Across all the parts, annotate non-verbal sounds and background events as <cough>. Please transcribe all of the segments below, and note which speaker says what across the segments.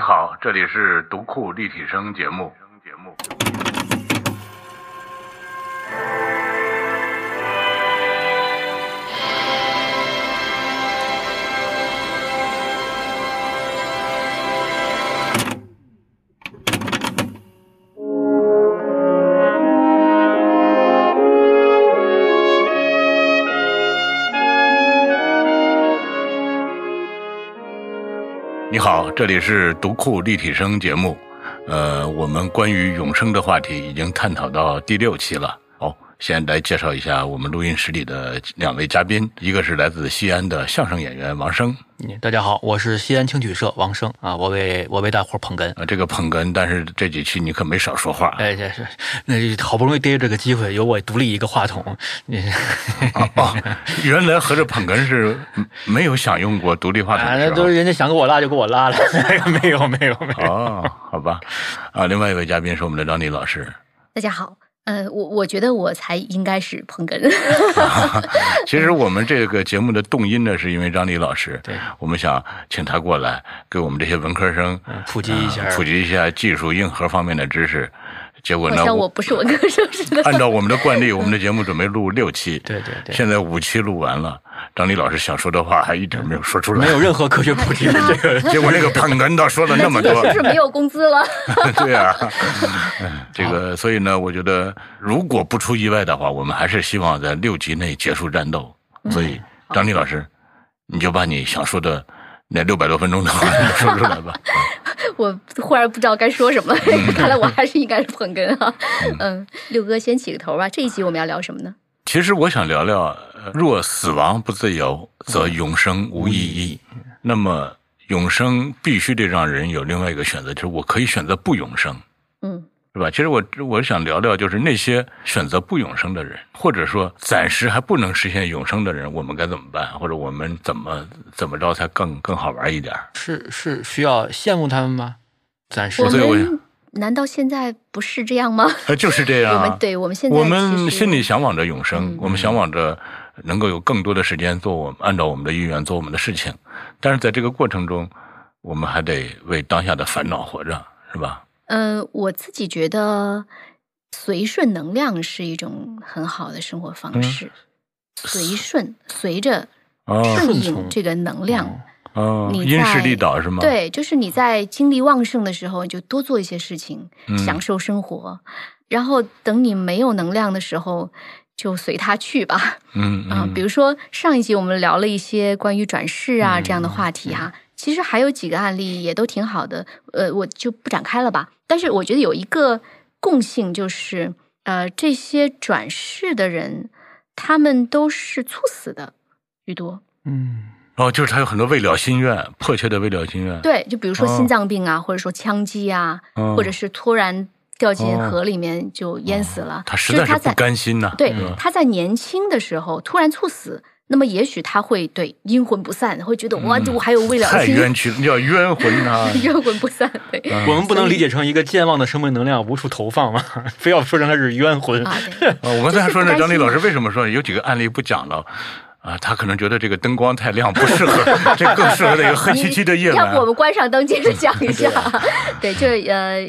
Speaker 1: 好，这里是读库立体声节目。节目。你好，这里是读库立体声节目。呃，我们关于永生的话题已经探讨到第六期了。好，先来介绍一下我们录音室里的两位嘉宾，一个是来自西安的相声演员王生，
Speaker 2: 嗯大家好，我是西安青曲社王生啊，我为我为大伙儿捧哏。
Speaker 1: 啊，这个捧哏，但是这几期你可没少说话。
Speaker 2: 哎，这是那就好不容易逮着这个机会，有我独立一个话筒，你
Speaker 1: <laughs> 哦哦，原来合着捧哏是没有享用过独立话筒
Speaker 2: 啊，
Speaker 1: 是
Speaker 2: 那
Speaker 1: 吧？
Speaker 2: 都是人家想给我拉就给我拉
Speaker 1: <laughs>
Speaker 2: 了，没有没有没有。
Speaker 1: 哦，好吧，啊，另外一位嘉宾是我们的张丽老师，
Speaker 3: 大家好，呃，我我觉得我才应该是捧哏，
Speaker 1: 哦
Speaker 2: <laughs>
Speaker 1: 其实我们这个节目的动因呢，是因为张丽老师，
Speaker 2: 对，
Speaker 1: 我们想请她过来，给我们这些文科生
Speaker 2: 嗯普及一下
Speaker 1: 呃普及一下技术硬核方面的知识。结果
Speaker 3: 好
Speaker 1: 呢，
Speaker 3: 像 <laughs> 我不是文科生似的。
Speaker 1: 嗯 <laughs> 按照我们的惯例，我们的节目准备录六期，
Speaker 2: 对对对，
Speaker 1: 现在五期录完了，张丽老师想说的话还一点没有说出来，
Speaker 2: 没有任何科学普及的这个。
Speaker 1: 结果那个捧哏倒说了那么
Speaker 3: 自己
Speaker 1: 多，
Speaker 3: 是不是没有工资了？ <laughs>
Speaker 1: <laughs> 对啊，哎这个所以呢，我觉得如果不出意外的话，我们还是希望在六集内结束战斗。所以，张丽老师，你就把你想说的那六百多分钟的话 <laughs> 说出来吧。
Speaker 3: 我忽然不知道该说什么，
Speaker 1: 嗯
Speaker 3: <laughs> 看来我还是应该是捧哏啊。 <laughs> 嗯，六哥先起个头吧。这一集我们要聊什么呢？
Speaker 1: 其实我想聊聊，呃若死亡不自由，则永生无意义。那么，永生必须得让人有另外一个选择，就是我可以选择不永生。
Speaker 3: 嗯
Speaker 1: 是吧？其实我我想聊聊，就是那些选择不永生的人，或者说暂时还不能实现永生的人，我们该怎么办？或者我们怎么怎么着才更更好玩一点？
Speaker 2: <laughs> 是是需要羡慕他们吗？暂时
Speaker 3: 我
Speaker 1: 所以我
Speaker 3: 们难道现在不是这样吗？ <laughs>
Speaker 1: 呃，就是这样
Speaker 3: 我
Speaker 1: 啊。
Speaker 3: 们对我们现在
Speaker 1: 我
Speaker 3: 其
Speaker 1: 们
Speaker 3: 实
Speaker 1: 心里向往着永生，
Speaker 3: 嗯
Speaker 1: 我们向往着能够有更多的时间做我们按照我们的意愿做我们的事情，但是在这个过程中，我们还得为当下的烦恼活着，是吧？
Speaker 3: 呃，我自己觉得随顺能量是一种很好的生活
Speaker 1: 嗯
Speaker 3: 方式。随顺，随着
Speaker 1: 哦
Speaker 3: 顺
Speaker 2: 顺
Speaker 3: 应
Speaker 2: 从
Speaker 3: 这个能量，
Speaker 1: 哦，
Speaker 3: 你
Speaker 1: 因势
Speaker 3: 在
Speaker 1: 利导是吗？，
Speaker 3: 对，就是你在精力旺盛的时候，你就多做一些事情，
Speaker 1: 嗯
Speaker 3: 享受生活。然后等你没有能量的时候，就随它去吧。
Speaker 1: 嗯
Speaker 3: 啊，
Speaker 1: 嗯
Speaker 3: 比如说上一集我们聊了一些关于转世啊这样
Speaker 1: 嗯
Speaker 3: 的话题哈、其实还有几个案例也都挺好的，呃，我就不展开了吧。但是我觉得有一个共性就是，呃，这些转世的人，他们都是猝死的居多。
Speaker 2: 嗯，
Speaker 1: 哦，就是他有很多未了心愿，迫切的未了心愿。
Speaker 3: 对，就比如说
Speaker 1: 哦
Speaker 3: 心脏病啊，或者说枪击啊，
Speaker 1: 嗯，
Speaker 3: 或者是突然掉进
Speaker 1: 哦
Speaker 3: 河里面就淹死了。
Speaker 1: 他实
Speaker 3: 就
Speaker 1: 在
Speaker 3: 是
Speaker 1: 是
Speaker 3: 他
Speaker 1: 不
Speaker 3: 在
Speaker 1: 甘心呐、
Speaker 3: 对
Speaker 1: 嗯
Speaker 3: 他在年轻的时候突然猝死，那么也许他会对阴魂不散，会觉得哇，
Speaker 1: 嗯
Speaker 3: 这我还有未了
Speaker 1: 太
Speaker 3: 心，
Speaker 1: 冤屈了，叫冤魂
Speaker 3: <laughs>
Speaker 1: 呐、
Speaker 3: 冤魂不散。对
Speaker 1: 嗯
Speaker 2: 我们不能理解成一个健忘的生命能量无处投放吗？ <laughs> 非要说成它是冤魂。
Speaker 3: 啊，对，
Speaker 1: 啊我刚才还说
Speaker 3: 就
Speaker 1: 呢，
Speaker 3: 是不甘
Speaker 1: 张丽
Speaker 3: 心
Speaker 1: 老师为什么说有几个案例不讲了？啊，他可能觉得这个灯光太亮不适
Speaker 3: <laughs>
Speaker 1: 合，这更适合那个 <laughs> 黑漆漆的夜
Speaker 3: 要
Speaker 1: 晚啊
Speaker 3: 不我。们关上灯接着
Speaker 1: <laughs>
Speaker 3: 讲一下。对，就是呃，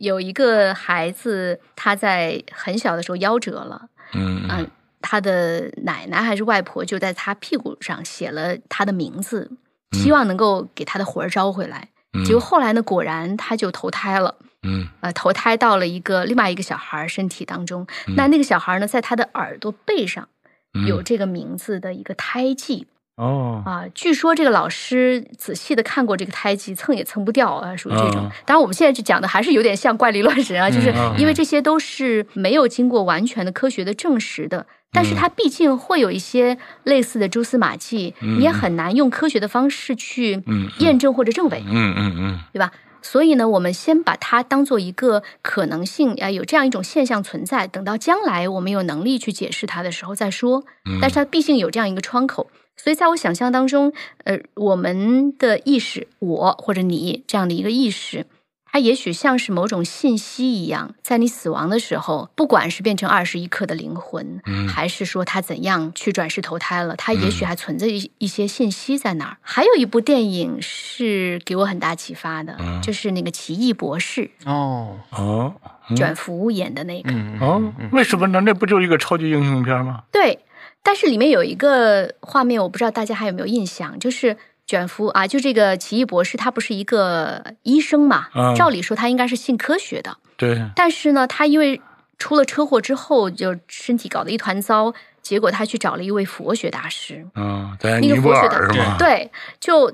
Speaker 3: 有一个孩子他在很小的时候夭折了。
Speaker 1: 嗯嗯
Speaker 3: 嗯，他的奶奶还是外婆就在他屁股上写了他的名字，希望能够给他的魂儿招回来。
Speaker 1: 嗯
Speaker 3: 结果后来呢，果然他就投胎了，
Speaker 1: 嗯
Speaker 3: 呃，投胎到了一个另外一个小孩儿身体当中。那那个小孩儿呢，在他的耳朵背上
Speaker 1: 嗯
Speaker 3: 有这个名字的一个胎记
Speaker 1: 哦
Speaker 3: 啊、据说这个老师仔细的看过这个胎记，蹭也蹭不掉啊，属于这种。
Speaker 1: 嗯
Speaker 3: 当然，我们现在就讲的还是有点像怪力乱神啊，就是
Speaker 1: 嗯
Speaker 3: 因为这些都是没有经过完全的科学的证实的，
Speaker 1: 嗯
Speaker 3: 但是它毕竟会有一些类似的蛛丝马迹，
Speaker 1: 嗯
Speaker 3: 你也很难用科学的方式去
Speaker 1: 嗯
Speaker 3: 验证或者证伪，
Speaker 1: 嗯嗯嗯
Speaker 3: 对吧？所以呢，我们先把它当做一个可能性，啊，有这样一种现象存在。等到将来我们有能力去解释它的时候再说。
Speaker 1: 嗯，
Speaker 3: 但是它毕竟有这样一个窗口，所以在我想象当中，呃，我们的意识，我或者你这样的一个意识，它也许像是某种信息一样，在你死亡的时候，不管是变成二十一克的灵魂，
Speaker 1: 嗯
Speaker 3: 还是说他怎样去转世投胎了，他也许还存着一一些信息在那儿。还有一部电影是给我很大启发的，
Speaker 1: 嗯
Speaker 3: 就是那个《奇异博士
Speaker 2: 哦，
Speaker 1: 哦，》嗯
Speaker 3: 卷福演的那个。
Speaker 2: 嗯，
Speaker 1: 哦
Speaker 2: 嗯，嗯
Speaker 1: 为什么呢？那不就是一个超级英雄片吗？
Speaker 3: 对，但是里面有一个画面，我不知道大家还有没有印象，就是卷福啊，就这个奇异博士，他不是一个医生嘛？
Speaker 1: 嗯
Speaker 3: 照理说他应该是信科学的，
Speaker 1: 对，
Speaker 3: 但是呢，他因为出了车祸之后，就身体搞得一团糟，结果他去找了一位佛学大师，
Speaker 1: 嗯，在
Speaker 3: 那个
Speaker 1: 尼泊
Speaker 3: 佛学
Speaker 1: 尔
Speaker 3: 的
Speaker 1: 是吗？
Speaker 3: 对，就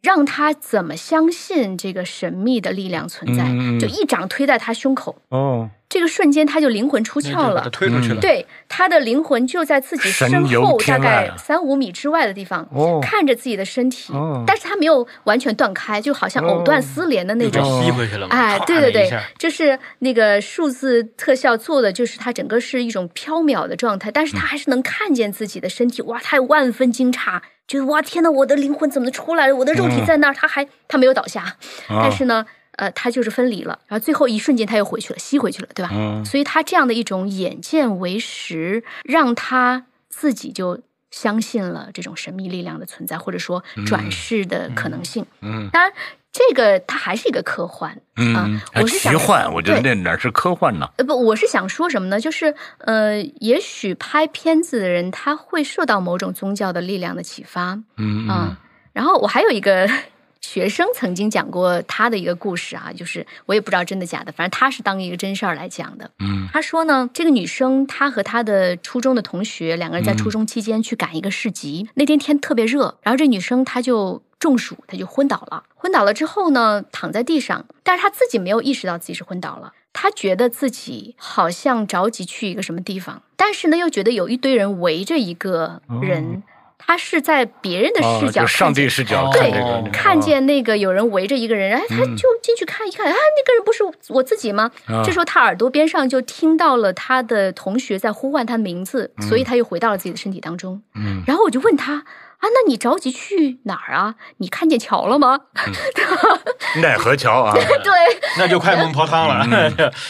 Speaker 3: 让他怎么相信这个神秘的力量存在，
Speaker 1: 嗯嗯嗯
Speaker 3: 就一掌推在他胸口，
Speaker 1: 哦，
Speaker 3: 这个瞬间他就灵魂出
Speaker 2: 那就
Speaker 3: 窍
Speaker 2: 把
Speaker 3: 了
Speaker 2: 它。推出去
Speaker 1: 嗯
Speaker 2: 了，
Speaker 3: 对，他的灵魂就在自己身
Speaker 1: 神游
Speaker 3: 后大
Speaker 1: 天外
Speaker 3: 概
Speaker 1: 啊
Speaker 3: 三五米之外的地方，
Speaker 1: 哦
Speaker 3: 看着自己的身体，
Speaker 1: 哦
Speaker 3: 但是他没有完全断开，就好像藕断丝连的那
Speaker 2: 又被
Speaker 3: 种。
Speaker 1: 哦
Speaker 2: 吸回去了嘛，
Speaker 3: 哎
Speaker 2: 唰，
Speaker 3: 对
Speaker 2: 的一
Speaker 3: 对对
Speaker 2: 下，
Speaker 3: 就是那个数字特效做的，就是它整个是一种飘渺的状态，但是他还是能看见自己的身体，哇，他万分惊诧，觉得哇天呐，我的灵魂怎么出来了？我的肉体
Speaker 1: 嗯
Speaker 3: 在那儿，他还他没有倒下，
Speaker 1: 但
Speaker 3: 但是呢，呃，他就是分离了，然后最后一瞬间他又回去了，吸回去了，对吧？
Speaker 1: 嗯
Speaker 3: 所以他这样的一种眼见为实，让他自己就相信了这种神秘力量的存在，或者说转世的可能性。
Speaker 1: 嗯
Speaker 3: 当然，这个它还是一个科幻。
Speaker 1: 嗯
Speaker 3: 啊，
Speaker 1: 还
Speaker 3: 我是
Speaker 1: 奇
Speaker 3: 想
Speaker 1: 幻，我觉得
Speaker 3: 对
Speaker 1: 那哪是科幻呢？
Speaker 3: 呃，不，我是想说什么呢？就是呃，也许拍片子的人他会受到某种宗教的力量的启发，
Speaker 1: 嗯
Speaker 3: 嗯，然后我还有一个 <laughs> 学生曾经讲过他的一个故事啊，就是我也不知道真的假的，反正他是当一个真事儿来讲的。
Speaker 1: 嗯
Speaker 3: 他说呢，这个女生她和她的初中的同学两个人在
Speaker 1: 嗯
Speaker 3: 初中期间去赶一个市集，那天天特别热，然后这女生她就中暑，她就昏倒了。昏倒了之后呢，躺在地上，但是她自己没有意识到自己是昏倒了。她觉得自己好像着急去一个什么地方，但是呢，又觉得有一堆人围着一个人，她是在别人的
Speaker 1: 哦
Speaker 3: 视角
Speaker 1: 就上
Speaker 3: 看见
Speaker 1: 帝视角
Speaker 2: 对
Speaker 1: 看这个，
Speaker 3: 看见那个有人围着一个人，哎，他
Speaker 1: 哦嗯
Speaker 3: 就进去看一看，啊，那个人不是我自己吗？
Speaker 1: 啊
Speaker 3: 这时候他耳朵边上就听到了他的同学在呼唤他的名字，所以他又回到了自己的身体当中。
Speaker 1: 嗯
Speaker 3: 然后我就问他啊，那你着急去哪儿啊？你看见桥了吗？
Speaker 1: 奈何桥啊，
Speaker 3: <laughs> 对，
Speaker 2: 那就快孟婆汤 <laughs> 了，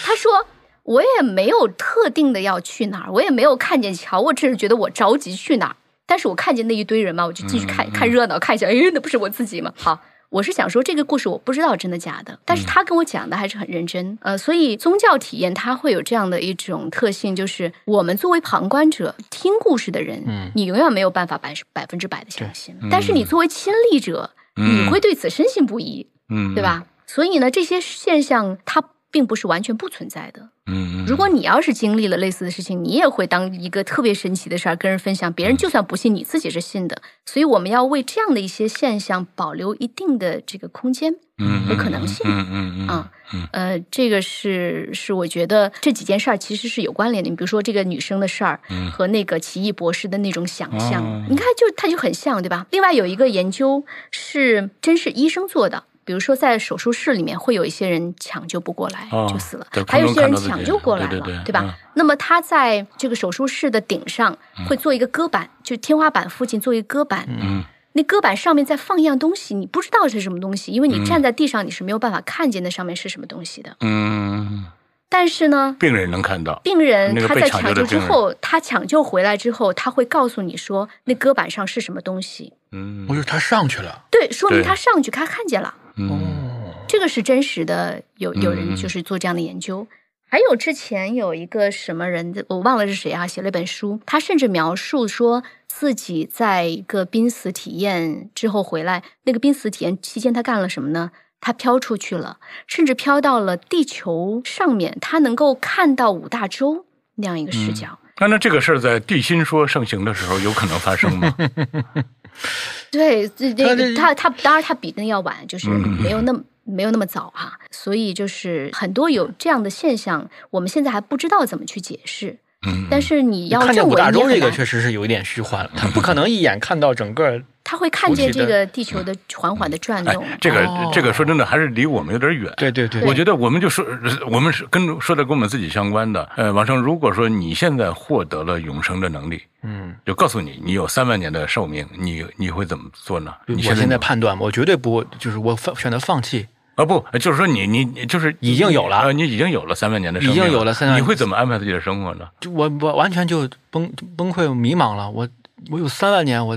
Speaker 3: 他说。我也没有特定的要去哪儿，我也没有看见桥，我只是觉得我着急去哪儿。但是我看见那一堆人嘛，我就进去
Speaker 1: 嗯
Speaker 3: 看、看热闹，看一下，哎，那不是我自己吗？好，我是想说这个故事我不知道真的假的，
Speaker 1: 嗯
Speaker 3: 但是他跟我讲的还是很认真。呃，所以宗教体验它会有这样的一种特性，就是我们作为旁观者听故事的人，
Speaker 2: 嗯
Speaker 3: 你永远没有办法百百分之百的相信，但是
Speaker 1: 嗯
Speaker 3: 你作为亲历者，
Speaker 1: 嗯
Speaker 3: 你会对此深信不疑，
Speaker 1: 嗯，
Speaker 3: 对？吧？所以呢，这些现象它并不是完全不存在的。
Speaker 1: 嗯，
Speaker 3: 如果你要是经历了类似的事情，你也会当一个特别神奇的事儿跟人分享，别人
Speaker 1: 嗯
Speaker 3: 就算不信，你自己是信的。所以我们要为这样的一些现象保留一定的这个空间
Speaker 1: 嗯
Speaker 3: 和可能性。
Speaker 1: 嗯嗯嗯
Speaker 3: 啊，呃，这个是是我觉得这几件事儿其实是有关联的。你比如说这个女生的事儿
Speaker 1: 嗯
Speaker 3: 和那个奇异博士的那种想象，
Speaker 1: 哦
Speaker 3: 你看就它就很像，对吧？另外有一个研究是真是医生做的。比如说，在手术室里面会有一些人抢救不过来，
Speaker 1: 哦
Speaker 3: 就死了
Speaker 1: 在；
Speaker 3: 还有一
Speaker 1: 空中
Speaker 3: 些人
Speaker 1: 看到自己
Speaker 3: 抢救过来了，
Speaker 1: 对对对
Speaker 3: 吧、
Speaker 1: 嗯
Speaker 3: 那么他在这个手术室的顶上会做一个搁板，就天花板附近做一个搁板，
Speaker 1: 嗯
Speaker 3: 那搁板上面再放一样东西，你不知道是什么东西，因为你
Speaker 1: 嗯
Speaker 3: 站在地上，你是没有办法看见那上面是什么东西的。
Speaker 1: 嗯，
Speaker 3: 但是呢，
Speaker 1: 病人能看到，
Speaker 3: 病人
Speaker 1: 那个
Speaker 3: 他
Speaker 1: 被
Speaker 3: 在
Speaker 1: 抢救
Speaker 3: 抢救
Speaker 1: 的
Speaker 3: 之
Speaker 1: 病人
Speaker 3: 后，他抢救回来之后，他会告诉你说那搁板上是什么东西，
Speaker 1: 嗯
Speaker 2: 我，说他上去了，
Speaker 3: 对，说明
Speaker 1: 对
Speaker 3: 他上去他看见了，
Speaker 1: 嗯
Speaker 2: 哦，
Speaker 3: 这个是真实的，有
Speaker 1: 嗯
Speaker 3: 有
Speaker 1: 嗯
Speaker 3: 人就是做这样的研究。还有之前有一个什么人，我忘了是谁啊，写了一本书，他甚至描述说自己在一个濒死体验之后回来，那个濒死体验期间他干了什么呢？他飘出去了，甚至飘到了地球上面，他能够看到五大洲那样一个
Speaker 1: 嗯
Speaker 3: 视角。
Speaker 1: 那那这个事儿在地心说盛行的时候有可能发生吗？嗯
Speaker 3: 对，这
Speaker 2: 他
Speaker 3: 这
Speaker 2: 这
Speaker 3: 个他他当然他比那个要晚，就是
Speaker 1: 嗯
Speaker 3: 没有那么。没有那么早哈、所以就是很多有这样的现象，我们现在还不知道怎么去解释。
Speaker 1: 嗯，
Speaker 3: 但是你要
Speaker 2: 看见
Speaker 3: 证
Speaker 2: 五
Speaker 3: 伪
Speaker 2: 大
Speaker 3: 你也
Speaker 2: 洲这
Speaker 3: 很
Speaker 2: 个
Speaker 3: 难，
Speaker 2: 确实是有一点虚幻了，嗯他不可能一眼看到整个，
Speaker 3: 他会看见
Speaker 2: 物体的嗯
Speaker 3: 这个地球的缓缓的转
Speaker 1: 哎
Speaker 3: 动。，
Speaker 1: 这个
Speaker 2: 哦
Speaker 1: 这个说真的还是离我们有点远。
Speaker 2: 对对对，
Speaker 1: 我觉得我们就说，我们是跟说的跟我们自己相关的。呃，王生，如果说你现在获得了永生的能力，
Speaker 2: 嗯。
Speaker 1: 就告诉你你有三万年的寿命，你你会怎么做呢？你
Speaker 2: 我现
Speaker 1: 在
Speaker 2: 在判断，我绝对不就是我放选择放弃，
Speaker 1: 啊，不，就是说你你你就是
Speaker 2: 已经有了
Speaker 1: 呃，你已经有了三万年的生
Speaker 2: 已
Speaker 1: 命，
Speaker 2: 经有了三万
Speaker 1: 你会怎么安排自己的生活呢？
Speaker 2: 就我我完全就崩崩溃迷茫了。我我有三万年，我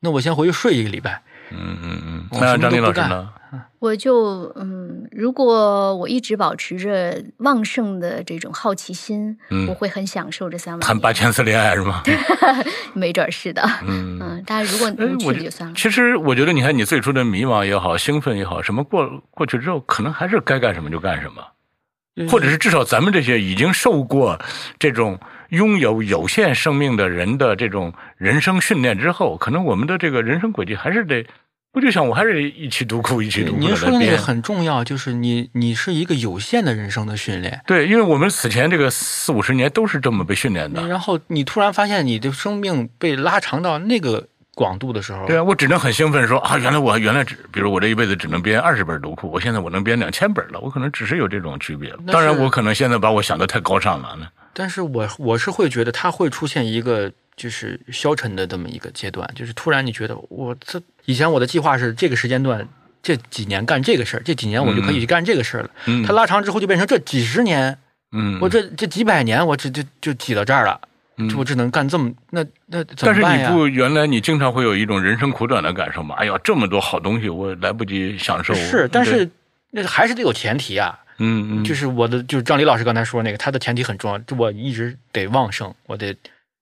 Speaker 2: 那我先回去睡一个礼拜。
Speaker 1: 嗯嗯嗯，
Speaker 2: 我
Speaker 1: 那
Speaker 2: 什么
Speaker 1: 张
Speaker 2: 都
Speaker 1: 林
Speaker 2: 不
Speaker 1: 老师
Speaker 2: 干
Speaker 1: 呢？
Speaker 3: 我就嗯，如果我一直保持着旺盛的这种好奇心，
Speaker 1: 嗯
Speaker 3: 我会很享受这三万
Speaker 1: 谈
Speaker 3: 年，
Speaker 1: 八千次恋爱是
Speaker 2: <laughs>
Speaker 1: 吗？
Speaker 3: <laughs> 没准儿是的。
Speaker 1: 嗯。
Speaker 3: 嗯，但是如果
Speaker 1: 哎
Speaker 3: 不
Speaker 1: 我
Speaker 3: 去
Speaker 1: 觉
Speaker 3: 就算了。
Speaker 1: 其实我觉得，你看你最初的迷茫也好，兴奋也好，什么过过去之后，可能还是该干什么就干什么，
Speaker 2: 嗯
Speaker 1: 或者是至少咱们这些已经受过这种拥有有限生命的人的这种人生训练之后，可能我们的这个人生轨迹还是得，不就像我还是得一起读库，一起读库
Speaker 2: 您
Speaker 1: 的
Speaker 2: 说
Speaker 1: 来
Speaker 2: 的那
Speaker 1: 编
Speaker 2: 个。很重要，就是你你是一个有限的人生的训练，
Speaker 1: 对，因为我们此前这个四五十年都是这么被训练的。
Speaker 2: 然后你突然发现你的生命被拉长到那个广度的时候，
Speaker 1: 对啊，我只能很兴奋说啊，原来我原来只，比如我这一辈子只能编二十本读库，我现在我能编两千本了，我可能只是有这种区别了。
Speaker 2: 那是
Speaker 1: 当然，我可能现在把我想的太高尚了呢。
Speaker 2: 但是我我是会觉得它会出现一个就是消沉的这么一个阶段，就是突然你觉得我这以前我的计划是这个时间段这几年干这个事儿，这几年我就可以去干这个事儿了。
Speaker 1: 嗯，
Speaker 2: 它拉长之后就变成这几十年，
Speaker 1: 嗯，
Speaker 2: 我这这几百年我只就就挤到这儿了，
Speaker 1: 嗯
Speaker 2: 我只能干这么那那怎
Speaker 1: 但
Speaker 2: 么
Speaker 1: 是
Speaker 2: 办
Speaker 1: 你
Speaker 2: 呀？
Speaker 1: 不原来你经常会有一种人生苦短的感受吗？哎呀，这么多好东西，我来不及享受。
Speaker 2: 是，但
Speaker 1: 对
Speaker 2: 是那还是得有前提啊。
Speaker 1: 嗯嗯，
Speaker 2: 就是我的，就是张黎老师刚才说那个，他的前提很重要，就我一直得旺盛，我得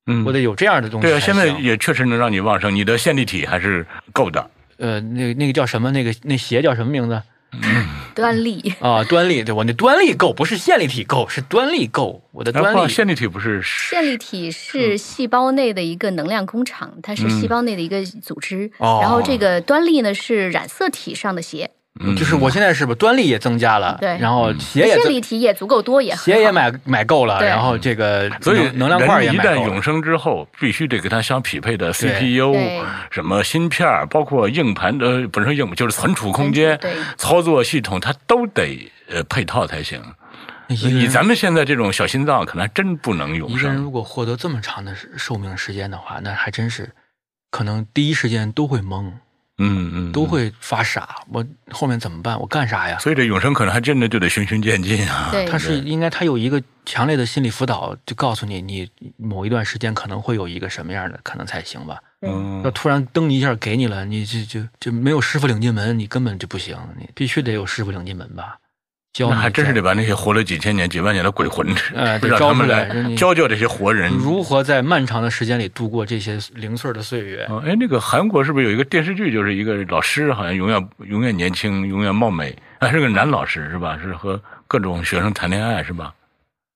Speaker 1: 嗯
Speaker 2: 我得有这样的东西
Speaker 1: 对啊，
Speaker 2: 才
Speaker 1: 现
Speaker 2: 行。
Speaker 1: 在也确实能让你旺盛，你的线粒体还是够的。
Speaker 2: 呃，那个那个叫什么？那个那鞋叫什么名字 <laughs>
Speaker 3: 端粒，
Speaker 2: 啊？端粒，对我那端粒够，不是线粒体够，是端粒够。我的
Speaker 1: 然
Speaker 2: 端
Speaker 1: 后
Speaker 2: 粒
Speaker 1: 线粒体啊哎不是
Speaker 3: 线粒体是细胞内的一个能量工厂，它是细胞内的一个组织。
Speaker 2: 哦
Speaker 3: 然后这个端粒呢是染色体上的鞋，
Speaker 1: 嗯
Speaker 2: 就是我现在是吧？端粒也增加了，
Speaker 3: 对
Speaker 2: 然后鞋也
Speaker 3: 线
Speaker 2: 增
Speaker 3: 粒体也足够多，也很
Speaker 2: 鞋也
Speaker 3: 好。
Speaker 2: 买买够了，
Speaker 3: 对
Speaker 2: 然后这个
Speaker 1: 嗯所以
Speaker 2: 能能量块也
Speaker 1: 人一
Speaker 2: 买
Speaker 1: 旦
Speaker 2: 够
Speaker 1: 永
Speaker 2: 了。
Speaker 1: 生之后，必须得给它相匹配的
Speaker 2: 对
Speaker 1: CPU
Speaker 3: 对、
Speaker 1: 什么芯片儿，包括硬盘的，呃不是硬盘，就是存储空间
Speaker 3: 对、
Speaker 1: 操作系统，它都得呃配套才行。
Speaker 2: 一个
Speaker 1: 以
Speaker 2: 人
Speaker 1: 咱们现在这种小心脏，可能还真不能永
Speaker 2: 一个人
Speaker 1: 生。
Speaker 2: 如果获得这么长的寿命时间的话，那还真是可能第一时间都会懵，
Speaker 1: 嗯嗯，
Speaker 2: 都。会发傻。我后面怎么办？我干啥呀？
Speaker 1: 所以这永生可能还真的就得循序渐进啊。
Speaker 3: 对
Speaker 2: 他是应该他有一个强烈的心理辅导，就告诉你你某一段时间可能会有一个什么样的可能才行吧。要
Speaker 1: 嗯，
Speaker 2: 突然噔一下给你了，你这就就没有师傅领进门，你根本就不行，你必须得有师傅领进门吧。教
Speaker 1: 那
Speaker 2: 你
Speaker 1: 还真是
Speaker 2: 在
Speaker 1: 得把那些活了几千年、几万年的鬼魂，
Speaker 2: 哎得
Speaker 1: <laughs> 让
Speaker 2: 招
Speaker 1: 他们
Speaker 2: 出
Speaker 1: 来
Speaker 2: 来让你
Speaker 1: 教教这些活人。
Speaker 2: 如何在漫长的时间里度过这些零碎的岁月。
Speaker 1: 哦，哎，那个韩国是不是有一个电视剧，就是一个老师好像永远永远年轻，永远貌美，还是个男老师是吧？是和各种学生谈恋爱是吧？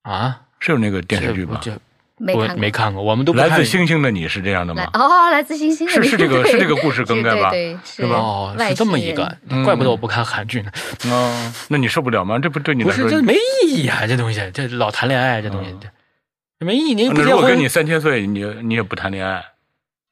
Speaker 2: 啊，
Speaker 1: 是有那个电视剧吧？
Speaker 2: 这
Speaker 3: 没
Speaker 2: 我
Speaker 3: 看过
Speaker 2: 没看过，我们都不
Speaker 1: 来
Speaker 2: 看
Speaker 1: 自星星的你是这样的
Speaker 3: 来
Speaker 1: 吗？
Speaker 3: 哦，来自星星的
Speaker 1: 是
Speaker 3: 你
Speaker 1: 是这个
Speaker 3: 对
Speaker 1: 是这个故事更改吧
Speaker 3: 对对是
Speaker 1: 是吧
Speaker 2: 哦，
Speaker 3: 外
Speaker 2: 是这么
Speaker 3: 星
Speaker 2: 一个
Speaker 3: 人，
Speaker 1: 嗯
Speaker 2: 怪不得我不看韩剧呢。
Speaker 1: 哦，那你受不了吗？这不对你
Speaker 2: 不
Speaker 1: 来
Speaker 2: 是
Speaker 1: 说，
Speaker 2: 这没意义啊，这东西，这老谈恋爱这东西
Speaker 1: 嗯，
Speaker 2: 这这没意义。你不
Speaker 1: 那
Speaker 2: 结
Speaker 1: 如果跟你
Speaker 2: 婚，
Speaker 1: 三千岁，你你也不谈恋爱，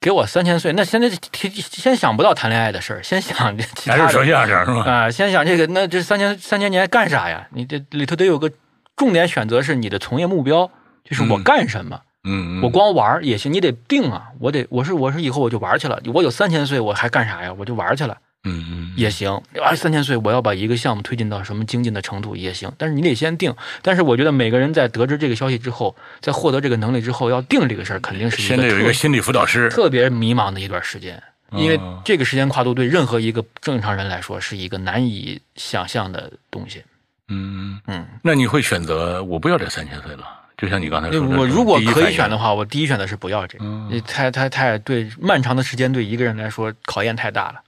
Speaker 2: 给我三千岁，那现在提先想不到谈恋爱的事儿，先想这其
Speaker 1: 还是
Speaker 2: 他
Speaker 1: 说
Speaker 2: 的
Speaker 1: 相声是吧？
Speaker 2: 啊，先想这个，那这三千三千年干啥呀？你这里头得有个重点选择，是你的从业目标，就是我
Speaker 1: 嗯
Speaker 2: 干什么。
Speaker 1: 嗯，嗯
Speaker 2: 我光玩儿也行，你得定啊，我得我是我是以后我就玩儿去了，我有三千岁我还干啥呀？我就玩儿去了。
Speaker 1: 嗯嗯
Speaker 2: 也行啊，三千岁我要把一个项目推进到什么精进的程度也行，但是你得先定。但是我觉得每个人在得知这个消息之后，在获得这个能力之后，要定这个事儿，肯定是
Speaker 1: 现在有一
Speaker 2: 特
Speaker 1: 个心理辅导师，
Speaker 2: 特别迷茫的一段时间，因为
Speaker 1: 嗯
Speaker 2: 这个时间跨度对任何一个正常人来说是一个难以想象的东西。
Speaker 1: 嗯，
Speaker 2: 嗯，
Speaker 1: 那你会选择我不要这三千岁了？就像你刚才说的，
Speaker 2: 我如果
Speaker 1: 第一
Speaker 2: 可
Speaker 1: 反
Speaker 2: 以选
Speaker 1: 应
Speaker 2: 的话，我第一选择是不要这个，
Speaker 1: 嗯
Speaker 2: 你太太太对漫长的时间对一个人来说考验太大了。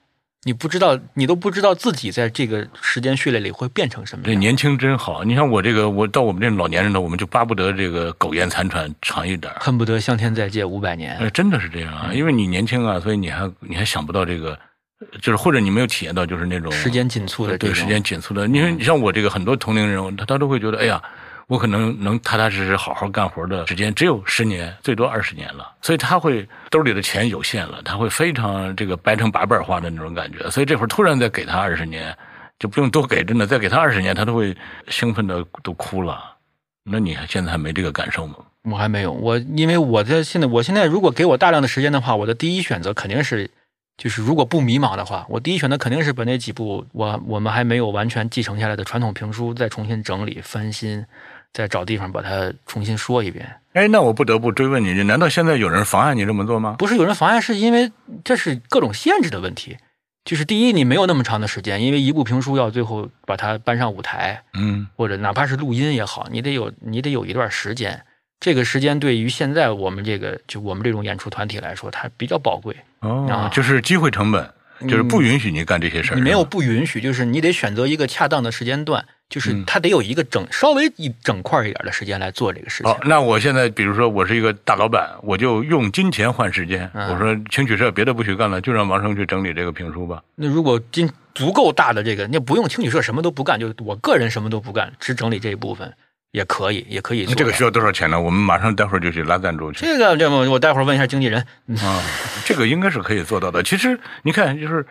Speaker 2: 你不知道，你都不知道自己在这个时间序列里会变成什么
Speaker 1: 这
Speaker 2: 样。
Speaker 1: 年轻真好，你看我这个，我到我们这老年人了，我们就巴不得这个苟延残喘长一点儿。
Speaker 2: 恨不得向天再借五百年。
Speaker 1: 呃，真的是这样啊，因为你年轻啊，所以你还你还想不到这个，就是或者你没有体验到就是那种
Speaker 2: 时间紧促的这
Speaker 1: 对
Speaker 2: 种嗯
Speaker 1: 时间紧促的。因为你像我这个很多同龄人，他他都会觉得，哎呀，我可能能踏踏实实好好干活的时间只有十年，最多二十年了，所以他会兜里的钱有限了，他会非常这个掰成八瓣花的那种感觉。所以这会儿突然再给他二十年，就不用多给，真的再给他二十年，他都会兴奋的都哭了。那你还现在还没这个感受吗？
Speaker 2: 我还没有我，因为我在现在，我现在如果给我大量的时间的话，我的第一选择肯定是就是如果不迷茫的话，我第一选择肯定是把那几部我我们还没有完全继承下来的传统评书再重新整理、翻新，再找地方把它重新说一遍。
Speaker 1: 哎，那我不得不追问你，难道现在有人妨碍你这么做吗？
Speaker 2: 不是有人妨碍，是因为这是各种限制的问题。就是第一，你没有那么长的时间，因为一部评书要最后把它搬上舞台，
Speaker 1: 嗯
Speaker 2: 或者哪怕是录音也好，你得有你得有一段时间。这个时间对于现在我们这个就我们这种演出团体来说，它比较宝贵。
Speaker 1: 哦
Speaker 2: 啊，
Speaker 1: 就是机会成本，就是不允许你干这些事儿。
Speaker 2: 你没有
Speaker 1: 是吧
Speaker 2: 不允许，就是你得选择一个恰当的时间段，
Speaker 1: 嗯
Speaker 2: 就是它得有一个整稍微一整块儿一点的时间来做这个事情
Speaker 1: 哦，。那我现在比如说我是一个大老板，我就用金钱换时间。
Speaker 2: 嗯
Speaker 1: 我说青曲社别的不许干了，就让王生去整理这个评书吧。
Speaker 2: 那如果今足够大的这个，那不用青旅社什么都不干，就我个人什么都不干，只整理这一部分也可以，也可以做
Speaker 1: 这个
Speaker 2: 到
Speaker 1: 需要多少钱呢？我们马上待会儿就去拉赞助去。
Speaker 2: 这个这么我待会儿问一下经纪人，嗯
Speaker 1: 啊，这个应该是可以做到的。其实你看，就是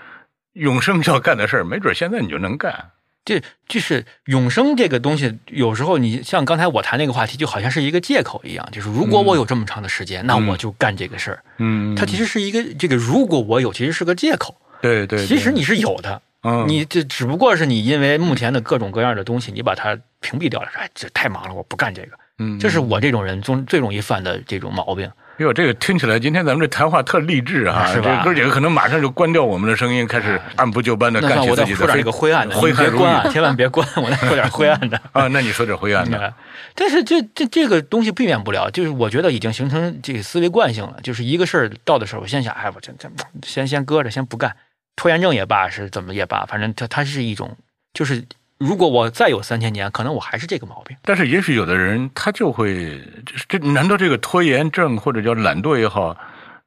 Speaker 1: 永生要干的事儿，没准现在你就能干。
Speaker 2: 这就是永生这个东西，有时候你像刚才我谈那个话题，就好像是一个借口一样，就是如果我有这么长的时间，那我就干这个事儿。
Speaker 1: 嗯
Speaker 2: 它其实是一个这个如果我有，其实是个借口。
Speaker 1: 对对，对
Speaker 2: 其实你是有的，
Speaker 1: 嗯
Speaker 2: 你这只不过是你因为目前的各种各样的东西，你把它屏蔽掉了，说哎，这太忙了，我不干这个。
Speaker 1: 嗯
Speaker 2: 这是我这种人中最容易犯的这种毛病。
Speaker 1: 哟，这个听起来今天咱们这谈话特励志啊，
Speaker 2: 是吧
Speaker 1: 这哥几个可能马上就关掉我们的声音，开始按部就班的
Speaker 2: 那
Speaker 1: 干
Speaker 2: 算
Speaker 1: 起
Speaker 2: 我
Speaker 1: 自
Speaker 2: 再
Speaker 1: 己
Speaker 2: 说
Speaker 1: 的
Speaker 2: 点
Speaker 1: 非
Speaker 2: 这个灰暗的，
Speaker 1: 挥
Speaker 2: 你
Speaker 1: 汗
Speaker 2: 别
Speaker 1: 如雨
Speaker 2: 关啊，千万别关，我再说点灰暗的。
Speaker 1: 啊。那你说点灰暗的，
Speaker 2: 嗯 <laughs> 但是这这这个东西避免不了，就是我觉得已经形成这个思维惯性了，就是一个事儿到的时候，我先想，哎，我这这先先搁着，先不干，拖延症也罢，是怎么也罢，反正它它是一种，就是如果我再有三千年，可能我还是这个毛病。
Speaker 1: 但是也许有的人他就会，这这难道这个拖延症或者叫懒惰也好，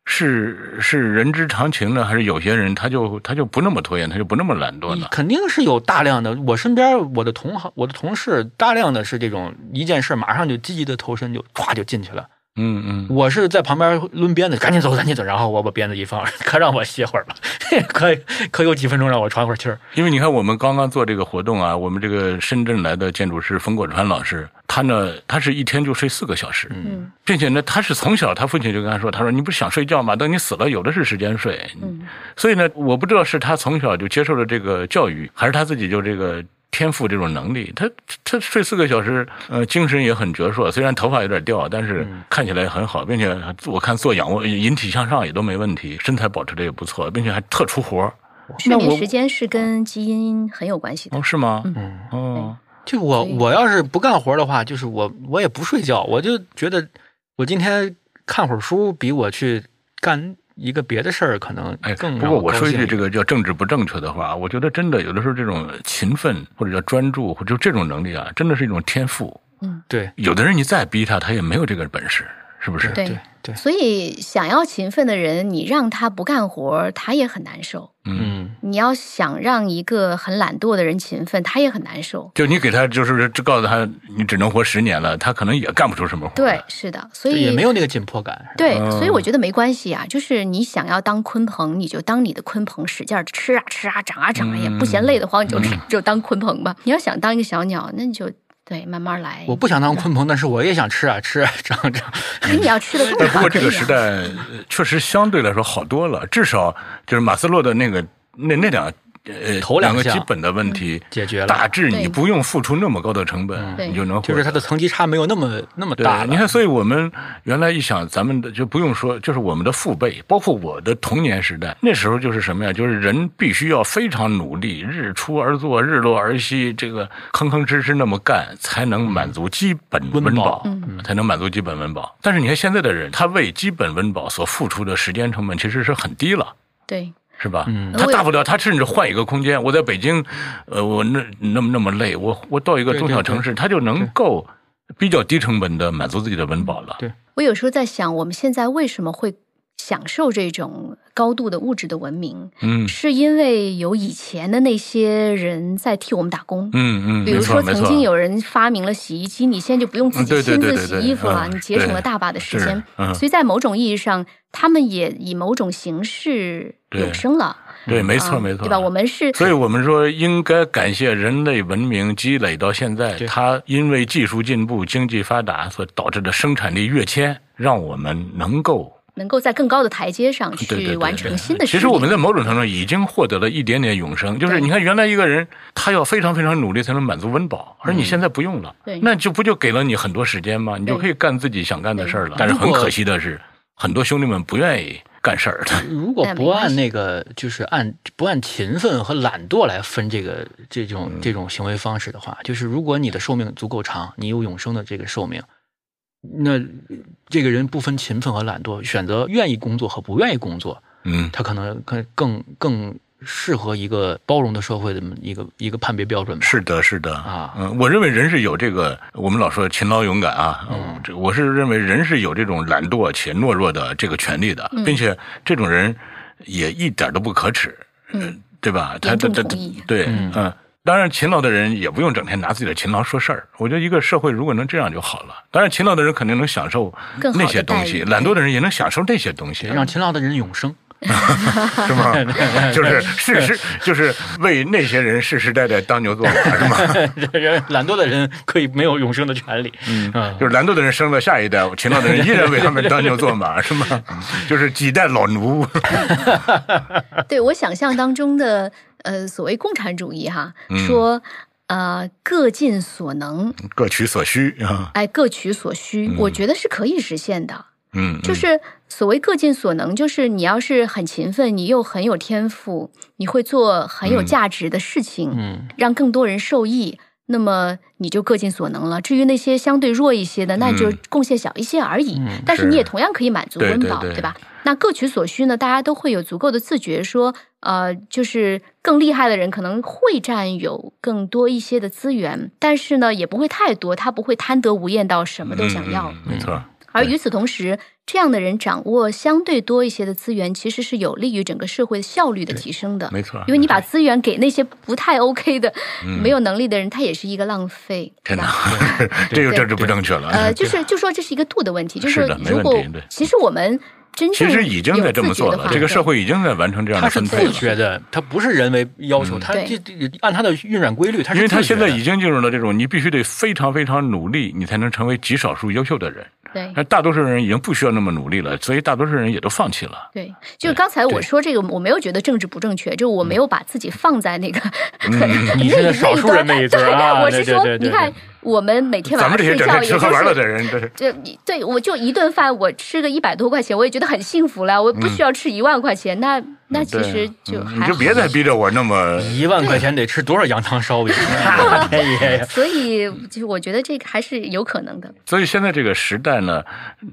Speaker 1: 是是人之常情呢，还是有些人他就他就不那么拖延，他就不那么懒惰
Speaker 2: 你
Speaker 1: 呢？
Speaker 2: 肯定是有大量的，我身边我的同行、我的同事，大量的是这种一件事儿马上就积极的投身，就唰就进去了。
Speaker 1: 嗯嗯，
Speaker 2: 我是在旁边抡鞭子，赶紧走，赶紧走，然后我把鞭子一放， <laughs> 可让我歇会儿吧， <laughs> 可可有几分钟让我喘会儿气儿。
Speaker 1: 因为你看，我们刚刚做这个活动啊，我们这个深圳来的建筑师冯果川老师，他呢，他是一天就睡四个小时，
Speaker 3: 嗯
Speaker 1: 并且呢，他是从小他父亲就跟他说，他说你不是想睡觉吗？等你死了，有的是时间睡。
Speaker 3: 嗯，
Speaker 1: 所以呢，我不知道是他从小就接受了这个教育，还是他自己就这个天赋这种能力。他他睡四个小时，呃，精神也很矍铄，虽然头发有点掉，但是
Speaker 2: 嗯
Speaker 1: 看起来很好，并且我看做仰卧引体向上也都没问题，身材保持的也不错，并且还特出活儿
Speaker 3: 睡眠
Speaker 2: 我
Speaker 3: 时间是跟基因很有关系的
Speaker 1: 哦，。是吗？
Speaker 2: 嗯，
Speaker 1: 哦。
Speaker 2: 就我
Speaker 3: 所以
Speaker 2: 我要是不干活的话，就是我我也不睡觉，我就觉得我今天看会儿书，比我去干一个别的事儿可能
Speaker 1: 哎，
Speaker 2: 更
Speaker 1: 不
Speaker 2: 让
Speaker 1: 过我
Speaker 2: 高
Speaker 1: 说一
Speaker 2: 兴
Speaker 1: 句这
Speaker 2: 点
Speaker 1: 个叫政治不正确的话，我觉得真的有的时候这种勤奋或者叫专注或者就这种能力啊，真的是一种天赋。
Speaker 2: 对
Speaker 1: 有的人你再逼他，他也没有这个本事，是不是？
Speaker 3: 对
Speaker 2: 对对，
Speaker 3: 所以，想要勤奋的人，你让他不干活儿，他也很难受；
Speaker 2: 嗯，
Speaker 3: 你要想让一个很懒惰的人勤奋，他也很难受。
Speaker 1: 就你给他就是告诉他你只能活十年了，他可能也干不出什么活。
Speaker 3: 对，，是的，所
Speaker 2: 就
Speaker 3: 以
Speaker 2: 也没有那个紧迫感。
Speaker 3: 对，
Speaker 1: 嗯
Speaker 3: 所以我觉得没关系啊，就是你想要当鲲鹏，你就当你的鲲鹏，使劲儿吃啊吃啊，长啊长啊，也不嫌累得慌，你就吃
Speaker 1: 嗯
Speaker 3: 就当鲲鹏吧。你要想当一个小鸟，那你就对慢慢来。
Speaker 2: 我不想当鲲鹏，但是我也想吃啊吃啊， <laughs> 这样这样。
Speaker 3: 可你要吃的更
Speaker 1: 但
Speaker 3: 好。
Speaker 1: 不过这个
Speaker 3: 可以啊
Speaker 1: 时代呃确实相对来说好多了，至少就是马斯洛的那个那那两呃
Speaker 2: 头两
Speaker 1: 两个
Speaker 2: 项
Speaker 1: 基本的问题
Speaker 2: 解决了嗯
Speaker 1: 大致你
Speaker 3: 对
Speaker 1: 不用付出那么高的成本，
Speaker 3: 对
Speaker 1: 你就能获
Speaker 2: 就是
Speaker 1: 得
Speaker 2: 它的层级差没有那么那么大了。
Speaker 1: 你看，所以我们原来一想，咱们的就不用说，就是我们的父辈，包括我的童年时代，那时候就是什么呀？就是人必须要非常努力，日出而作，日落而息，这个吭吭哧哧那么干，才能满足基本温
Speaker 2: 温
Speaker 1: 饱
Speaker 2: 饱，
Speaker 1: 才能满足基本温饱。但是你看现在的人，他为基本温饱所付出的时间成本其实是很低了。
Speaker 3: 对，
Speaker 1: 是吧？
Speaker 2: 嗯
Speaker 1: 他大不了他甚至换一个空间。我在北京，呃，我那那么那么累，我我到一个
Speaker 2: 对
Speaker 1: 中小
Speaker 2: 对
Speaker 1: 城
Speaker 2: 对
Speaker 1: 市，他就能
Speaker 2: 对
Speaker 1: 够比较低成本的满足自己的温饱了。
Speaker 2: 对
Speaker 3: 我有时候在想，我们现在为什么会享受这种高度的物质的文明？
Speaker 1: 嗯
Speaker 3: 是因为有以前的那些人在替我们打工。
Speaker 1: 嗯嗯，
Speaker 3: 比
Speaker 1: 没
Speaker 3: 如
Speaker 1: 错
Speaker 3: 说，
Speaker 1: 没
Speaker 3: 曾
Speaker 1: 错，
Speaker 3: 经有人发明了洗衣机，你现在就不用自
Speaker 1: 嗯对
Speaker 3: 己
Speaker 1: 对
Speaker 3: 亲
Speaker 1: 对
Speaker 3: 自
Speaker 1: 对
Speaker 3: 洗
Speaker 1: 对
Speaker 3: 衣服了，
Speaker 1: 嗯
Speaker 3: 你节省
Speaker 1: 对
Speaker 3: 了大把的时
Speaker 1: 是
Speaker 3: 间。
Speaker 1: 嗯
Speaker 3: 所以在某种意义上，他们也以某种形式
Speaker 1: 对
Speaker 3: 永生了。
Speaker 1: 对，没错
Speaker 3: 啊
Speaker 1: 没错，
Speaker 3: 对吧？我。们是
Speaker 1: 所以我们说，应该感谢人类文明积累到现在，
Speaker 2: 对
Speaker 1: 它因为技术进步、经济发达所导致的生产力跃迁，让我们能够
Speaker 3: 能够在更高的台阶上
Speaker 1: 对对对
Speaker 3: 去
Speaker 1: 对
Speaker 3: 完成新的事
Speaker 1: 其
Speaker 3: 业。
Speaker 1: 实我们在某种程度上已经获得了一点点永生，就是
Speaker 3: 对
Speaker 1: 你看原来一个人他要非常非常努力才能满足温饱，而你现在不用了，
Speaker 3: 嗯对
Speaker 1: 那就不就给了你很多时间吗？你就
Speaker 3: 对
Speaker 1: 可以干自己想干的事儿了。
Speaker 3: 对
Speaker 1: 但是很
Speaker 2: 如果
Speaker 1: 可惜的是，很多兄弟们不愿意干事儿的。
Speaker 2: 如果
Speaker 3: 但没
Speaker 2: 不
Speaker 3: 关
Speaker 2: 按
Speaker 3: 系
Speaker 2: 那个，就是按不按勤奋和懒惰来分这个这种
Speaker 1: 嗯
Speaker 2: 这种行为方式的话，就是如果你的寿命足够长，你有永生的这个寿命，那这个人不分勤奋和懒惰，选择愿意工作和不愿意工作，
Speaker 1: 嗯，
Speaker 2: 他可能更更更适合一个包容的社会的一个一个判别标准吧。
Speaker 1: 是的，是的
Speaker 2: 啊
Speaker 1: 嗯，我认为人是有这个，我们老说勤劳勇敢啊，
Speaker 2: 嗯
Speaker 1: 这我是认为人是有这种懒惰且懦弱的这个权利的，
Speaker 3: 嗯
Speaker 1: 并且这种人也一点都不可耻，
Speaker 3: 嗯，
Speaker 1: 对吧？他
Speaker 3: 严
Speaker 1: 他
Speaker 3: 重
Speaker 1: 他
Speaker 3: 同意
Speaker 1: 对，
Speaker 2: 嗯
Speaker 1: 嗯。当然，勤劳的人也不用整天拿自己的勤劳说事儿。我觉得一个社会如果能这样就好了。当然，勤劳的人肯定能享受
Speaker 3: 更好的
Speaker 1: 那些东
Speaker 3: 待
Speaker 1: 西，
Speaker 3: 遇
Speaker 1: 懒惰的人也能享受那些东西，
Speaker 2: 让勤劳的人永生， <laughs>
Speaker 1: 是吗？就是世世，就是为那些人世世代代当牛做马，是吗？
Speaker 2: 人懒惰的人可以没有永生的权利。嗯
Speaker 1: 就是懒惰的人生了下一代，勤劳的人依然为他们当牛做马，是吗？就是几代老奴。
Speaker 3: 对我想象当中的呃所谓共产主义哈，
Speaker 1: 嗯
Speaker 3: 说呃各尽所能，
Speaker 1: 各取所需啊，
Speaker 3: 哎各取所需，我觉得是可以实现的。
Speaker 1: 嗯，
Speaker 3: 就
Speaker 1: 嗯
Speaker 3: 是所谓各尽所能，就是你要是很勤奋，你又很有天赋，你会做很
Speaker 1: 嗯
Speaker 3: 有价值的事情，
Speaker 2: 嗯
Speaker 3: 让更多人受益，那么你就各尽所能了。至于那些相对弱一些的，那你就
Speaker 1: 嗯
Speaker 3: 贡献小一些而已。
Speaker 2: 嗯
Speaker 3: 但是
Speaker 1: 是
Speaker 3: 你也同样可以满足
Speaker 1: 对
Speaker 3: 温
Speaker 1: 对
Speaker 3: 饱，
Speaker 1: 对
Speaker 3: 吧？那各取所需呢，大家都会有足够的自觉说，呃，就是更厉害的人可能会占有更多一些的资源，但是呢，也不会太多，他不会贪得无厌到什么都想要。
Speaker 1: 嗯嗯没错。
Speaker 3: 而
Speaker 1: 对
Speaker 3: 与此同时，这样的人掌握相对多一些的资源，其实是有利于整个社会效率的提升的。
Speaker 1: 没错嗯
Speaker 3: 因为你把资源给那些不太 OK 的、没有能力的人，他也是一个浪费，对
Speaker 1: 真的
Speaker 3: 吧？，
Speaker 1: 这个
Speaker 3: 对
Speaker 1: 政治不正确了。 <laughs>
Speaker 3: 呃，就是就说这是一个度的问题，就是是
Speaker 1: 的
Speaker 3: 说
Speaker 1: 没
Speaker 3: 如
Speaker 1: 问
Speaker 3: 果
Speaker 1: 题对
Speaker 3: 其实我们真正
Speaker 1: 其实已经在这么做
Speaker 3: 有自觉的
Speaker 1: 了，
Speaker 3: 话
Speaker 1: 这个社会已经在完成这样
Speaker 2: 他
Speaker 1: 的
Speaker 2: 是
Speaker 1: 分配
Speaker 2: 自
Speaker 1: 了。嗯
Speaker 2: 觉的，他不是人为要求，他这
Speaker 3: 对
Speaker 2: 这按他的运转规律，他是
Speaker 1: 因为他
Speaker 2: 自觉
Speaker 1: 现
Speaker 2: 的
Speaker 1: 在已经进入了这种，你必须得非常非常努力，你才能成为极少数优秀的人。
Speaker 3: 对
Speaker 1: 那大多数人已经不需要那么努力了，所以大多数人也都放弃了。
Speaker 3: 对，就是刚才我说这个，我没有觉得政治不正确，就
Speaker 1: 嗯
Speaker 3: 我没有把自己放在那个
Speaker 2: 你是少数人那一
Speaker 3: 对
Speaker 2: 尊啊，
Speaker 3: 我
Speaker 2: 对
Speaker 3: 是
Speaker 2: 对
Speaker 3: 说
Speaker 2: 对，对
Speaker 3: 你看，我们每天
Speaker 1: 咱
Speaker 3: 晚
Speaker 1: 们
Speaker 3: 上
Speaker 1: 这些
Speaker 3: 睡
Speaker 1: 整
Speaker 3: 觉
Speaker 1: 天
Speaker 3: 也
Speaker 1: 吃
Speaker 3: 就
Speaker 1: 喝玩乐
Speaker 3: 是。
Speaker 1: 的人，这是
Speaker 3: 这你对我就一顿饭，我吃个一百多块钱，我也觉得很幸福了。我不需要吃一万块钱，那那其实就
Speaker 1: 嗯
Speaker 3: 还
Speaker 1: 你
Speaker 3: 好。
Speaker 1: 就别再逼着我那么
Speaker 2: 一万块钱得吃多少羊汤烧 <laughs> 饼？啊我天爷 <laughs> 呀！
Speaker 3: 所以就我觉得这个还是有可能的。
Speaker 1: 所以现在这个时代呢，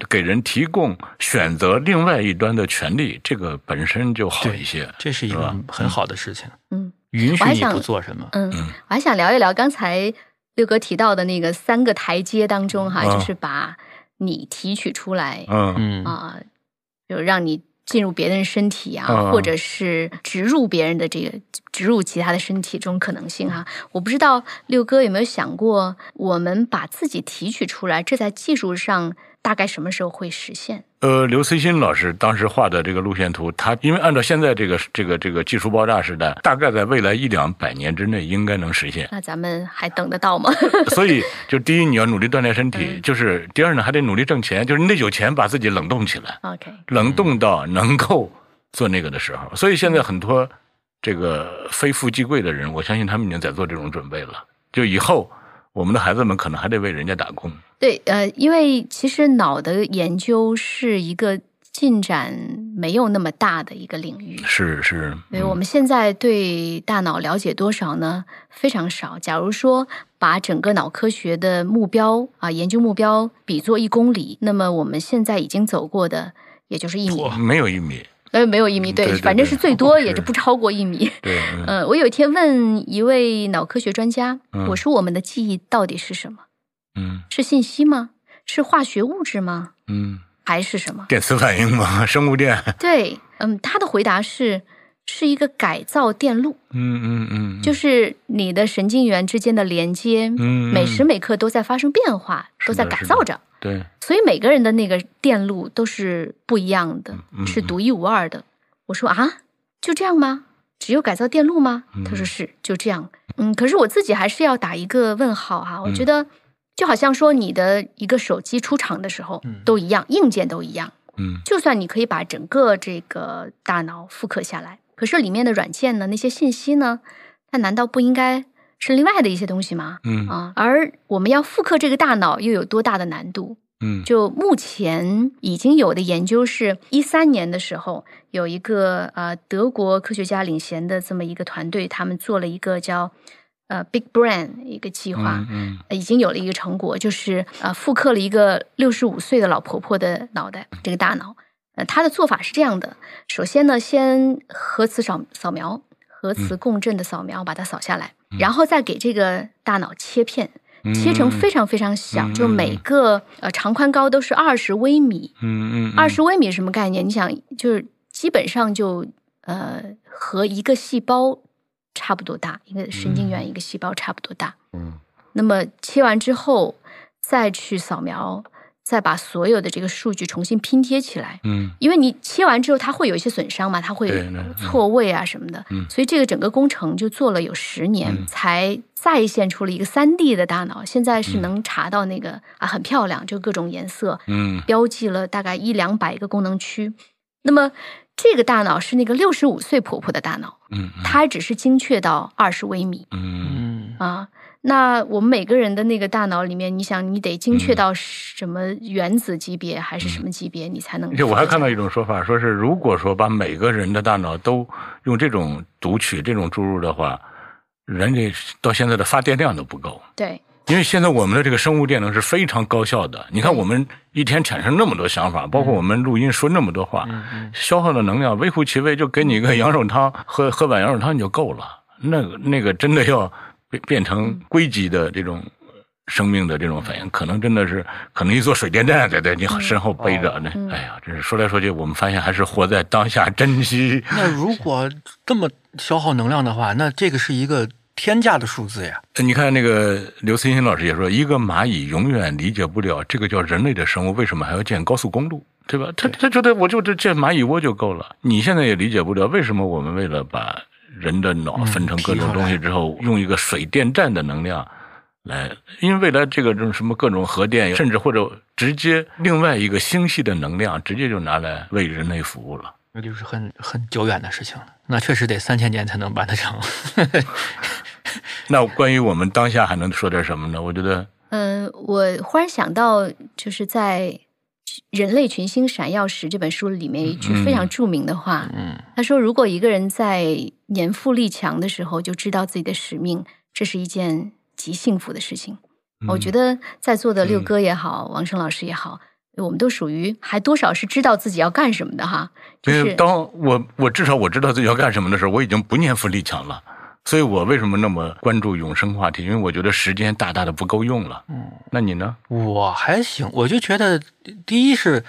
Speaker 1: 给人提供选择另外一端的权利，这个本身就好一些。
Speaker 2: 这是一
Speaker 1: 是
Speaker 2: 个
Speaker 1: 吧
Speaker 2: 很好的事情，
Speaker 3: 嗯
Speaker 2: 允许
Speaker 3: 我还
Speaker 2: 你
Speaker 3: 想
Speaker 2: 不做什么。
Speaker 3: 嗯，我还想聊一聊刚才六哥提到的那个三个台阶当中哈，
Speaker 1: 嗯
Speaker 3: 就是把你提取出来
Speaker 1: 嗯
Speaker 2: 嗯，
Speaker 3: 啊，就让你进入别人身体啊，
Speaker 1: 嗯
Speaker 3: 或者是植入别人的这个植入其他的身体这种可能性哈。我不知道六哥有没有想过，我们把自己提取出来，这在技术上大概什么时候会实现？。
Speaker 1: 呃，刘慈欣老师当时画的这个路线图，他因为按照现在这个这个这个技术爆炸时代，大概在未来一两百年之内应该能实现 <laughs>
Speaker 3: 那咱们还等得到吗？
Speaker 1: 所以，就第一你要努力锻炼身体，就是第二呢还得努力挣钱，就是你得有钱把自己冷冻起来，
Speaker 3: OK，
Speaker 1: 冷冻到能够做那个的时候。所以现在很多这个非富即贵的人，我相信他们已经在做这种准备了。就以后我们的孩子们可能还得为人家打工。
Speaker 3: <laughs> 对，呃，因为其实脑的研究是一个进展没有那么大的一个领域，
Speaker 1: 是是，嗯
Speaker 3: 所以我们现在对大脑了解多少呢？非常少。假如说把整个脑科学的目标啊、研究目标比作一公里，那么我们现在已经走过的也就是一米，
Speaker 1: 没有一米，
Speaker 3: 呃，没有一米，
Speaker 1: 嗯对对
Speaker 3: 反正
Speaker 1: 对
Speaker 3: 是最多也
Speaker 1: 是
Speaker 3: 就不超过一米。
Speaker 1: 对，嗯
Speaker 3: 呃，我有一天问一位脑科学专家，
Speaker 1: 嗯
Speaker 3: 我说我们的记忆到底是什么？
Speaker 1: 嗯
Speaker 3: 是信息吗？是化学物质吗？
Speaker 1: 嗯，
Speaker 3: 还是什么？
Speaker 1: 电磁反应嘛， <laughs> 生物电，
Speaker 3: 对，嗯，他的回答是是一个改造电路，
Speaker 1: 嗯嗯嗯，
Speaker 3: 就是是你的神经元之间的连接，
Speaker 1: 嗯
Speaker 3: 每时每刻都在发生变化，
Speaker 1: 是
Speaker 3: 都在
Speaker 1: 的
Speaker 3: 改
Speaker 1: 是
Speaker 3: 造
Speaker 1: 的
Speaker 3: 着。
Speaker 1: 对，
Speaker 3: 所以每个人的那个电路都是不一样的，
Speaker 1: 嗯
Speaker 3: 是
Speaker 1: 嗯
Speaker 3: 独一无二的。我说啊，就这样吗？只有改造电路吗？他
Speaker 1: 嗯
Speaker 3: 说是，就这样。嗯，可是我自己还是要打一个问号
Speaker 1: 嗯
Speaker 3: 哈、我觉得就好像说你的一个手机出厂的时候
Speaker 2: 嗯
Speaker 3: 都一样，硬件都一样，
Speaker 1: 嗯
Speaker 3: 就算你可以把整个这个大脑复刻下来，可是里面的软件呢，那些信息呢，它难道不应该是另外的一些东西吗？
Speaker 1: 嗯
Speaker 3: 啊，而我们要复刻这个大脑又有多大的难度？
Speaker 1: 嗯
Speaker 3: 就目前已经有的研究是，一三年的时候，有一个呃德国科学家领衔的这么一个团队，他们做了一个叫呃 Big Brain 一个计划，
Speaker 1: 嗯嗯
Speaker 3: 呃已经有了一个成果，就是呃复刻了一个六十五岁的老婆婆的脑袋，这个大脑。呃，她的做法是这样的：首先呢，先核磁扫扫描，核磁共振的扫描
Speaker 1: 嗯
Speaker 3: 把它扫下来，然后再给这个大脑切片，
Speaker 1: 嗯
Speaker 3: 切成非常非常小，就每个呃长宽高都是二十微米。
Speaker 1: 嗯嗯
Speaker 3: 二十微米是什么概念？你想，就是基本上就呃和一个细胞差不多大，一个神经元一个细胞差不多大。
Speaker 1: 嗯
Speaker 3: 那么切完之后再去扫描，再把所有的这个数据重新拼贴起来。
Speaker 1: 嗯
Speaker 3: 因为你切完之后，它会有一些损伤嘛，它会
Speaker 1: 对对嗯
Speaker 3: 错位啊什么的，
Speaker 1: 嗯
Speaker 3: 所以这个整个工程就做了有十年，
Speaker 1: 嗯
Speaker 3: 才再现出了一个三 D 的大脑。现在是能查到那个、啊，很漂亮，就各种颜色，
Speaker 1: 嗯
Speaker 3: 标记了大概一两百个功能区。那么这个大脑是那个六十五岁婆婆的大脑，
Speaker 1: 嗯
Speaker 3: 它只是精确到二十微米。
Speaker 1: 嗯
Speaker 2: 嗯，
Speaker 3: 啊。那我们每个人的那个大脑里面，你想，你得精
Speaker 1: 嗯
Speaker 3: 确到什么原子级别还是什么级别，你才
Speaker 1: <laughs>
Speaker 3: 能？
Speaker 1: 就我还看到一种说法，说是如果说把每个人的大脑都用这种读取、这种注入的话，人类到现在的发电量都不够。
Speaker 3: 对
Speaker 1: 因为现在我们的这个生物电能是非常高效的。你看，我们一天产生那么多想法，包括我们录音说那么多
Speaker 2: 嗯
Speaker 1: 话，消耗的能量微乎其微，就给你一个羊肉汤，喝喝碗羊肉汤你就够了。那个那个真的要变变成硅基的这种生命的这种反应，可能真的是可能一座水电站在在你身后背着呢。
Speaker 3: 嗯
Speaker 1: 哎呀，真是说来说去，我们发现还是活在当下，珍惜。
Speaker 2: 那如果这么消耗能量的话，那这个是一个天价的数字呀。
Speaker 1: 呃你看那个刘慈欣老师也说，一个蚂蚁永远理解不了这个叫人类的生物为什么还要建高速公路，对吧？他他觉得我就这建蚂蚁窝就够了。你现在也理解不了为什么我们为了把人的脑分成各种东西之后，用一个水电站的能量来，因为未来这个这种什么各种核电，甚至或者直接另外一个星系的能量，直接就拿来为人类服务了。
Speaker 2: 那就是很很久远的事情了，那确实得三千年才能办得成。 <laughs>
Speaker 1: 那关于我们当下还能说点什么呢？我觉得，
Speaker 3: 嗯、我忽然想到，就是在《人类群星闪耀时》这本书里面有一句
Speaker 1: 嗯
Speaker 3: 非常著名的话，
Speaker 2: 嗯
Speaker 3: 他说：“如果一个人在年富力强的时候就知道自己的使命，这是一件极幸福的事情。”我觉
Speaker 1: 得，
Speaker 3: 得在座的六
Speaker 1: 嗯
Speaker 3: 哥也好，王生老师也好，我们都属于还多少是知道自己要干什么的哈。就
Speaker 1: 因为
Speaker 3: 是
Speaker 1: 当我我至少我知道自己要干什么的时候，我已经不念富力强了。所以我为什么那么关注永生话题？因为我觉得时间大大的不够用了。
Speaker 2: 嗯，
Speaker 1: 那你呢？
Speaker 2: 我还行，我就觉得第一是。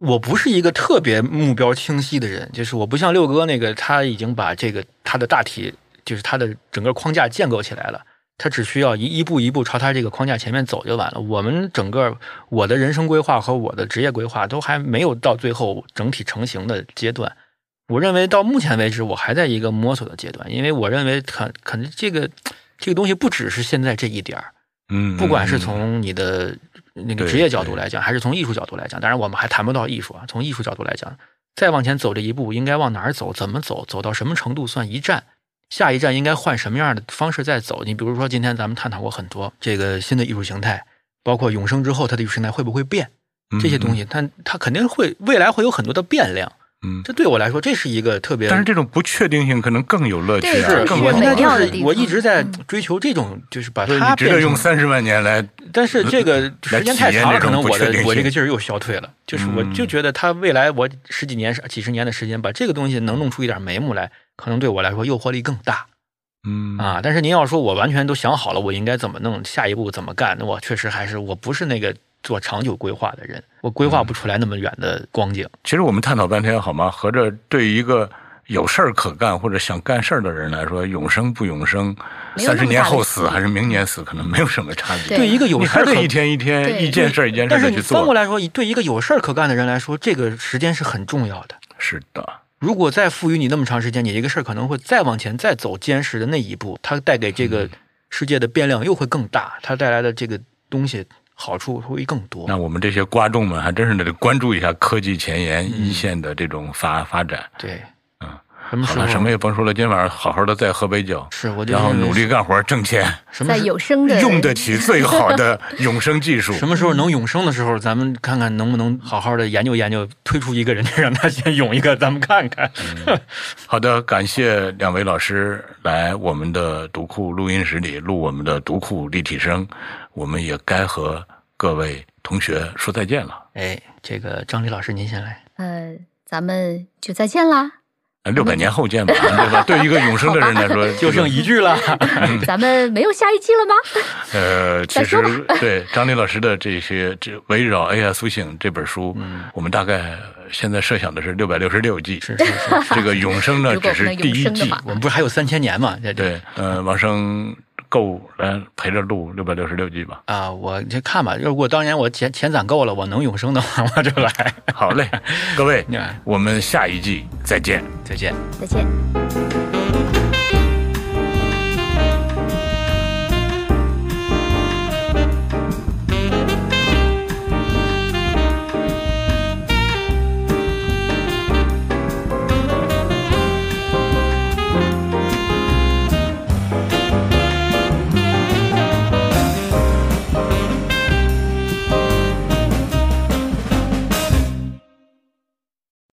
Speaker 2: 我不是一个特别目标清晰的人，就是我不像六哥那个，他已经把这个他的大体，就是他的整个框架建构起来了，他只需要一一步一步朝他这个框架前面走就完了。我们整个我的人生规划和我的职业规划都还没有到最后整体成型的阶段，我认为到目前为止，我还在一个摸索的阶段，因为我认为可可能这个这个东西不只是现在这一点儿，
Speaker 1: 嗯，
Speaker 2: 不管是从你的那个
Speaker 1: 对
Speaker 2: 职业角度
Speaker 1: 对
Speaker 2: 来讲，还是从艺术角度来讲，当然我们还谈不到艺术啊。从艺术角度来讲，再往前走这一步，应该往哪儿走？怎么走？走到什么程度算一站？下一站应该换什么样的方式再走？你比如说，今天咱们探讨过很多这个新的艺术形态，包括永生之后它的艺术形态会不会变这些东
Speaker 1: 西，
Speaker 2: 西，但它肯定会未来会有很多的变量。
Speaker 1: 嗯，
Speaker 2: 这对我来说，这是一个特别
Speaker 1: 但是这种不确定性可能更有乐趣
Speaker 3: 对
Speaker 1: 啊，
Speaker 3: 这
Speaker 1: 更
Speaker 3: 是
Speaker 1: 好
Speaker 3: 美
Speaker 1: 玩。
Speaker 3: 妙的
Speaker 2: 我
Speaker 3: 地
Speaker 2: 我
Speaker 3: 方
Speaker 2: 一直在
Speaker 3: 嗯
Speaker 2: 追求这种，就是把
Speaker 1: 所以
Speaker 2: 它
Speaker 1: 你值得
Speaker 2: 变成
Speaker 1: 用三十万年来，
Speaker 2: 但是这个时间太长了，可能
Speaker 1: 来
Speaker 2: 我的
Speaker 1: 体验那种不确定性嗯
Speaker 2: 我这个劲儿又消退了。就是我就觉得他未来我十几年、几十年的时间，把这个东西能弄出一点眉目来，可能对我来说诱惑力更大
Speaker 1: 嗯，
Speaker 2: 啊。但是您要说我完全都想好了，我应该怎么弄，下一步怎么干，那我确实还是我不是那个做长久规划的人，我规
Speaker 1: 嗯
Speaker 2: 划不出来那么远的光景。
Speaker 1: 其实我们探讨半天好吗？合着对一个有事儿可干或者想干事儿的人来说，永生不永生，
Speaker 3: 没有
Speaker 1: 三
Speaker 3: 那么大的
Speaker 1: 十年后死
Speaker 3: 区别
Speaker 1: 还是明年死，可能没有什么差别。
Speaker 3: 对
Speaker 2: 对一个有
Speaker 1: 你
Speaker 2: 事
Speaker 1: 还
Speaker 2: 儿可
Speaker 1: 得一天一天、
Speaker 3: 对
Speaker 1: 一件事儿一件事
Speaker 2: 但
Speaker 1: 儿的
Speaker 2: 是你
Speaker 1: 去
Speaker 2: 翻过
Speaker 1: 做。
Speaker 2: 来说，对一个有事儿可干的人来说，这个时间是很重要的。
Speaker 1: 是的。
Speaker 2: 如果再赋予你那么长时间，你这个事儿可能会再往前再走坚
Speaker 1: 嗯
Speaker 2: 实的那一步，它带给这个世界的变量又会更大，它带来的这个东西好处会更多。
Speaker 1: 那我们这些瓜众们还真是得关注一下科技前
Speaker 2: 嗯
Speaker 1: 沿一线的这种发发展。
Speaker 2: 对，
Speaker 1: 嗯，
Speaker 2: 什么
Speaker 1: 好
Speaker 2: 时
Speaker 1: 了，
Speaker 2: 候
Speaker 1: 什么也甭说了，今天晚上好好的再喝杯酒，
Speaker 2: 是我就
Speaker 1: 然后
Speaker 2: 认为
Speaker 1: 努力干活挣钱，
Speaker 2: 什么
Speaker 3: 在
Speaker 2: 时
Speaker 3: 有声的
Speaker 1: 用得起最好的永生技术。
Speaker 2: 什么时候能永生的时候，咱们看看能不能好好的研究研究，推出一个人家让他先永一个，咱们看看。
Speaker 1: 嗯好的，感谢两位老师来我们的读库录音室里录我们的读库立体声，我们也该和各位同学说再见了。
Speaker 2: <laughs> 哎，这个张丽老师您先来，
Speaker 3: 呃，咱们就再见啦，
Speaker 1: 六百年后见吧，对吧？对一个永生的人来说，
Speaker 2: 嗯 <laughs> 就剩一句
Speaker 1: <laughs>
Speaker 2: 了。
Speaker 3: 咱们没有下一季了吗？
Speaker 1: 呃，其
Speaker 3: 再
Speaker 1: 实
Speaker 3: 说吧
Speaker 1: 对张林老师的这些这围绕《AI 苏醒》这本书，我们大概现在设想的是六百六十六季，
Speaker 2: 嗯是是是，
Speaker 1: 这个永生呢
Speaker 3: 如果
Speaker 1: 只
Speaker 3: 我
Speaker 1: 是
Speaker 3: 们
Speaker 1: 第
Speaker 3: 永
Speaker 1: 一
Speaker 3: 生的
Speaker 1: 季，
Speaker 3: 话，
Speaker 2: 我们不是还有三千年嘛？这这
Speaker 1: 对，呃，王生够来陪着录六百六十六季吧。
Speaker 2: 啊，我就看吧。如果当年我钱钱攒够了，我能永生的话，我就来。 <laughs>，
Speaker 1: 好嘞，各位
Speaker 2: 哎
Speaker 1: 我们下一季再见。
Speaker 2: 再见。
Speaker 3: 再见。
Speaker 1: 拜拜。